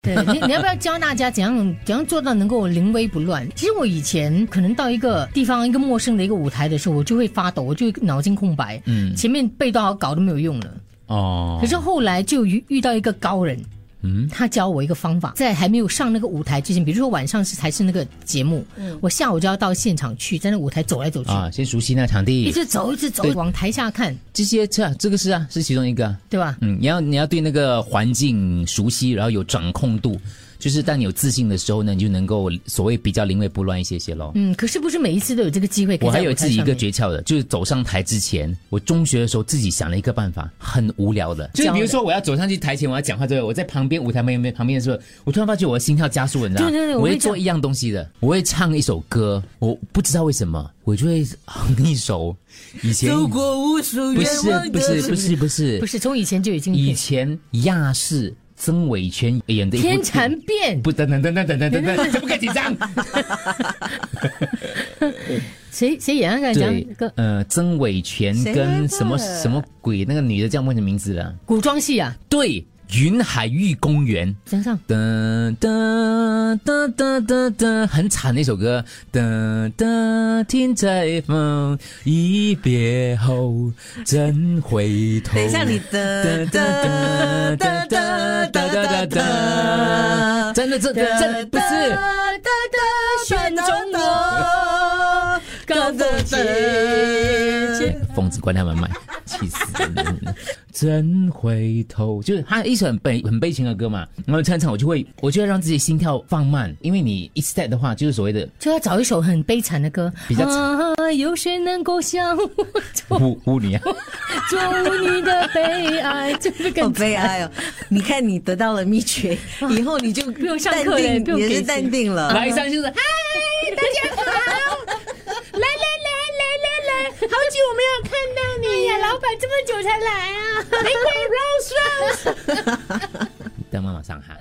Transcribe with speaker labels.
Speaker 1: 对你，你要不要教大家怎样怎样做到能够临危不乱？其实我以前可能到一个地方、一个陌生的一个舞台的时候，我就会发抖，我就会脑筋空白，
Speaker 2: 嗯
Speaker 1: 前面背多少稿都没有用了。
Speaker 2: 哦
Speaker 1: 可，是后来就遇遇到一个高人，
Speaker 2: 嗯，
Speaker 1: 他教我一个方法，在还没有上那个舞台之前，比如说晚上是才是那个节目，我下午就要到现场去，在那舞台走来走去，
Speaker 2: 啊，先熟悉那场
Speaker 1: 一
Speaker 2: 地，
Speaker 1: 直走一直走
Speaker 2: 对，
Speaker 1: 往台下看，
Speaker 2: 这些这啊这个是啊，是其中一个啊。
Speaker 1: 对吧？
Speaker 2: 嗯，你要你要对那个环境熟悉，然后有掌控度，就是当你有自信的时候呢，你就能够所谓比较临危不乱一些些咯。
Speaker 1: 嗯，可是不是每一次都有这个机会可以
Speaker 2: 我还
Speaker 1: 在舞台上面？
Speaker 2: 有自己一个诀窍的，就是走上台之前，我中学的时候自己想了一个办法，很无聊的，就是比如说我要走上去台前，我要讲话对不对？我在旁边舞台旁边旁边的时候，我突然发觉我的心跳加速了，你知道吗？
Speaker 1: 对对对
Speaker 2: 我
Speaker 1: 我
Speaker 2: 会
Speaker 1: 会
Speaker 2: 做
Speaker 1: 这样
Speaker 2: 一样东西的，我会唱一首歌，我不知道为什么，我就会哼一首以前
Speaker 1: 过无数
Speaker 2: 不是不是不是不是
Speaker 1: 不是，从以前就已经
Speaker 2: 以前亚视曾伟权演的一部
Speaker 1: 天蚕变，
Speaker 2: 不等等等等等等 等等，怎么可以紧张？
Speaker 1: 谁谁演啊？刚才
Speaker 2: 对
Speaker 1: 讲个，
Speaker 2: 呃，曾伟权
Speaker 3: 谁来
Speaker 2: 跟
Speaker 3: 的
Speaker 2: 什么什么鬼那个女的叫什么名字了？
Speaker 1: 古装戏啊，
Speaker 2: 对，云海玉公园。
Speaker 1: 江上
Speaker 2: 噔噔噔噔噔噔，很惨的一首歌。噔噔，听在风，一别后，怎回头？
Speaker 3: 等一下，你的的的的的的的，
Speaker 2: 真的，这这不是。
Speaker 1: 选中
Speaker 3: 我，
Speaker 1: 高的姐姐。
Speaker 2: 疯子关他们麦，气死人了！真回头，就是他一首很悲很悲情的歌嘛，然后唱唱我就会，我就会让自己心跳放慢，因为你一 step 的话，就是所谓的
Speaker 1: 就要找一首很悲惨的歌，
Speaker 2: 比较
Speaker 1: 啊，有谁能够像我
Speaker 2: 舞舞你啊，
Speaker 1: 做你的悲哀？这个
Speaker 3: 好
Speaker 1: 更
Speaker 3: 悲哀哦！你看，你得到了秘 诀，以后你就不
Speaker 1: 用上课了不用
Speaker 3: 也
Speaker 1: 给钱
Speaker 3: 是淡定了。
Speaker 2: 来上就是嗨，
Speaker 4: 来来来来来来，好久没有看到你哎呀！老板这么久才来啊！玫瑰 rose rose。
Speaker 2: 等妈妈上哈。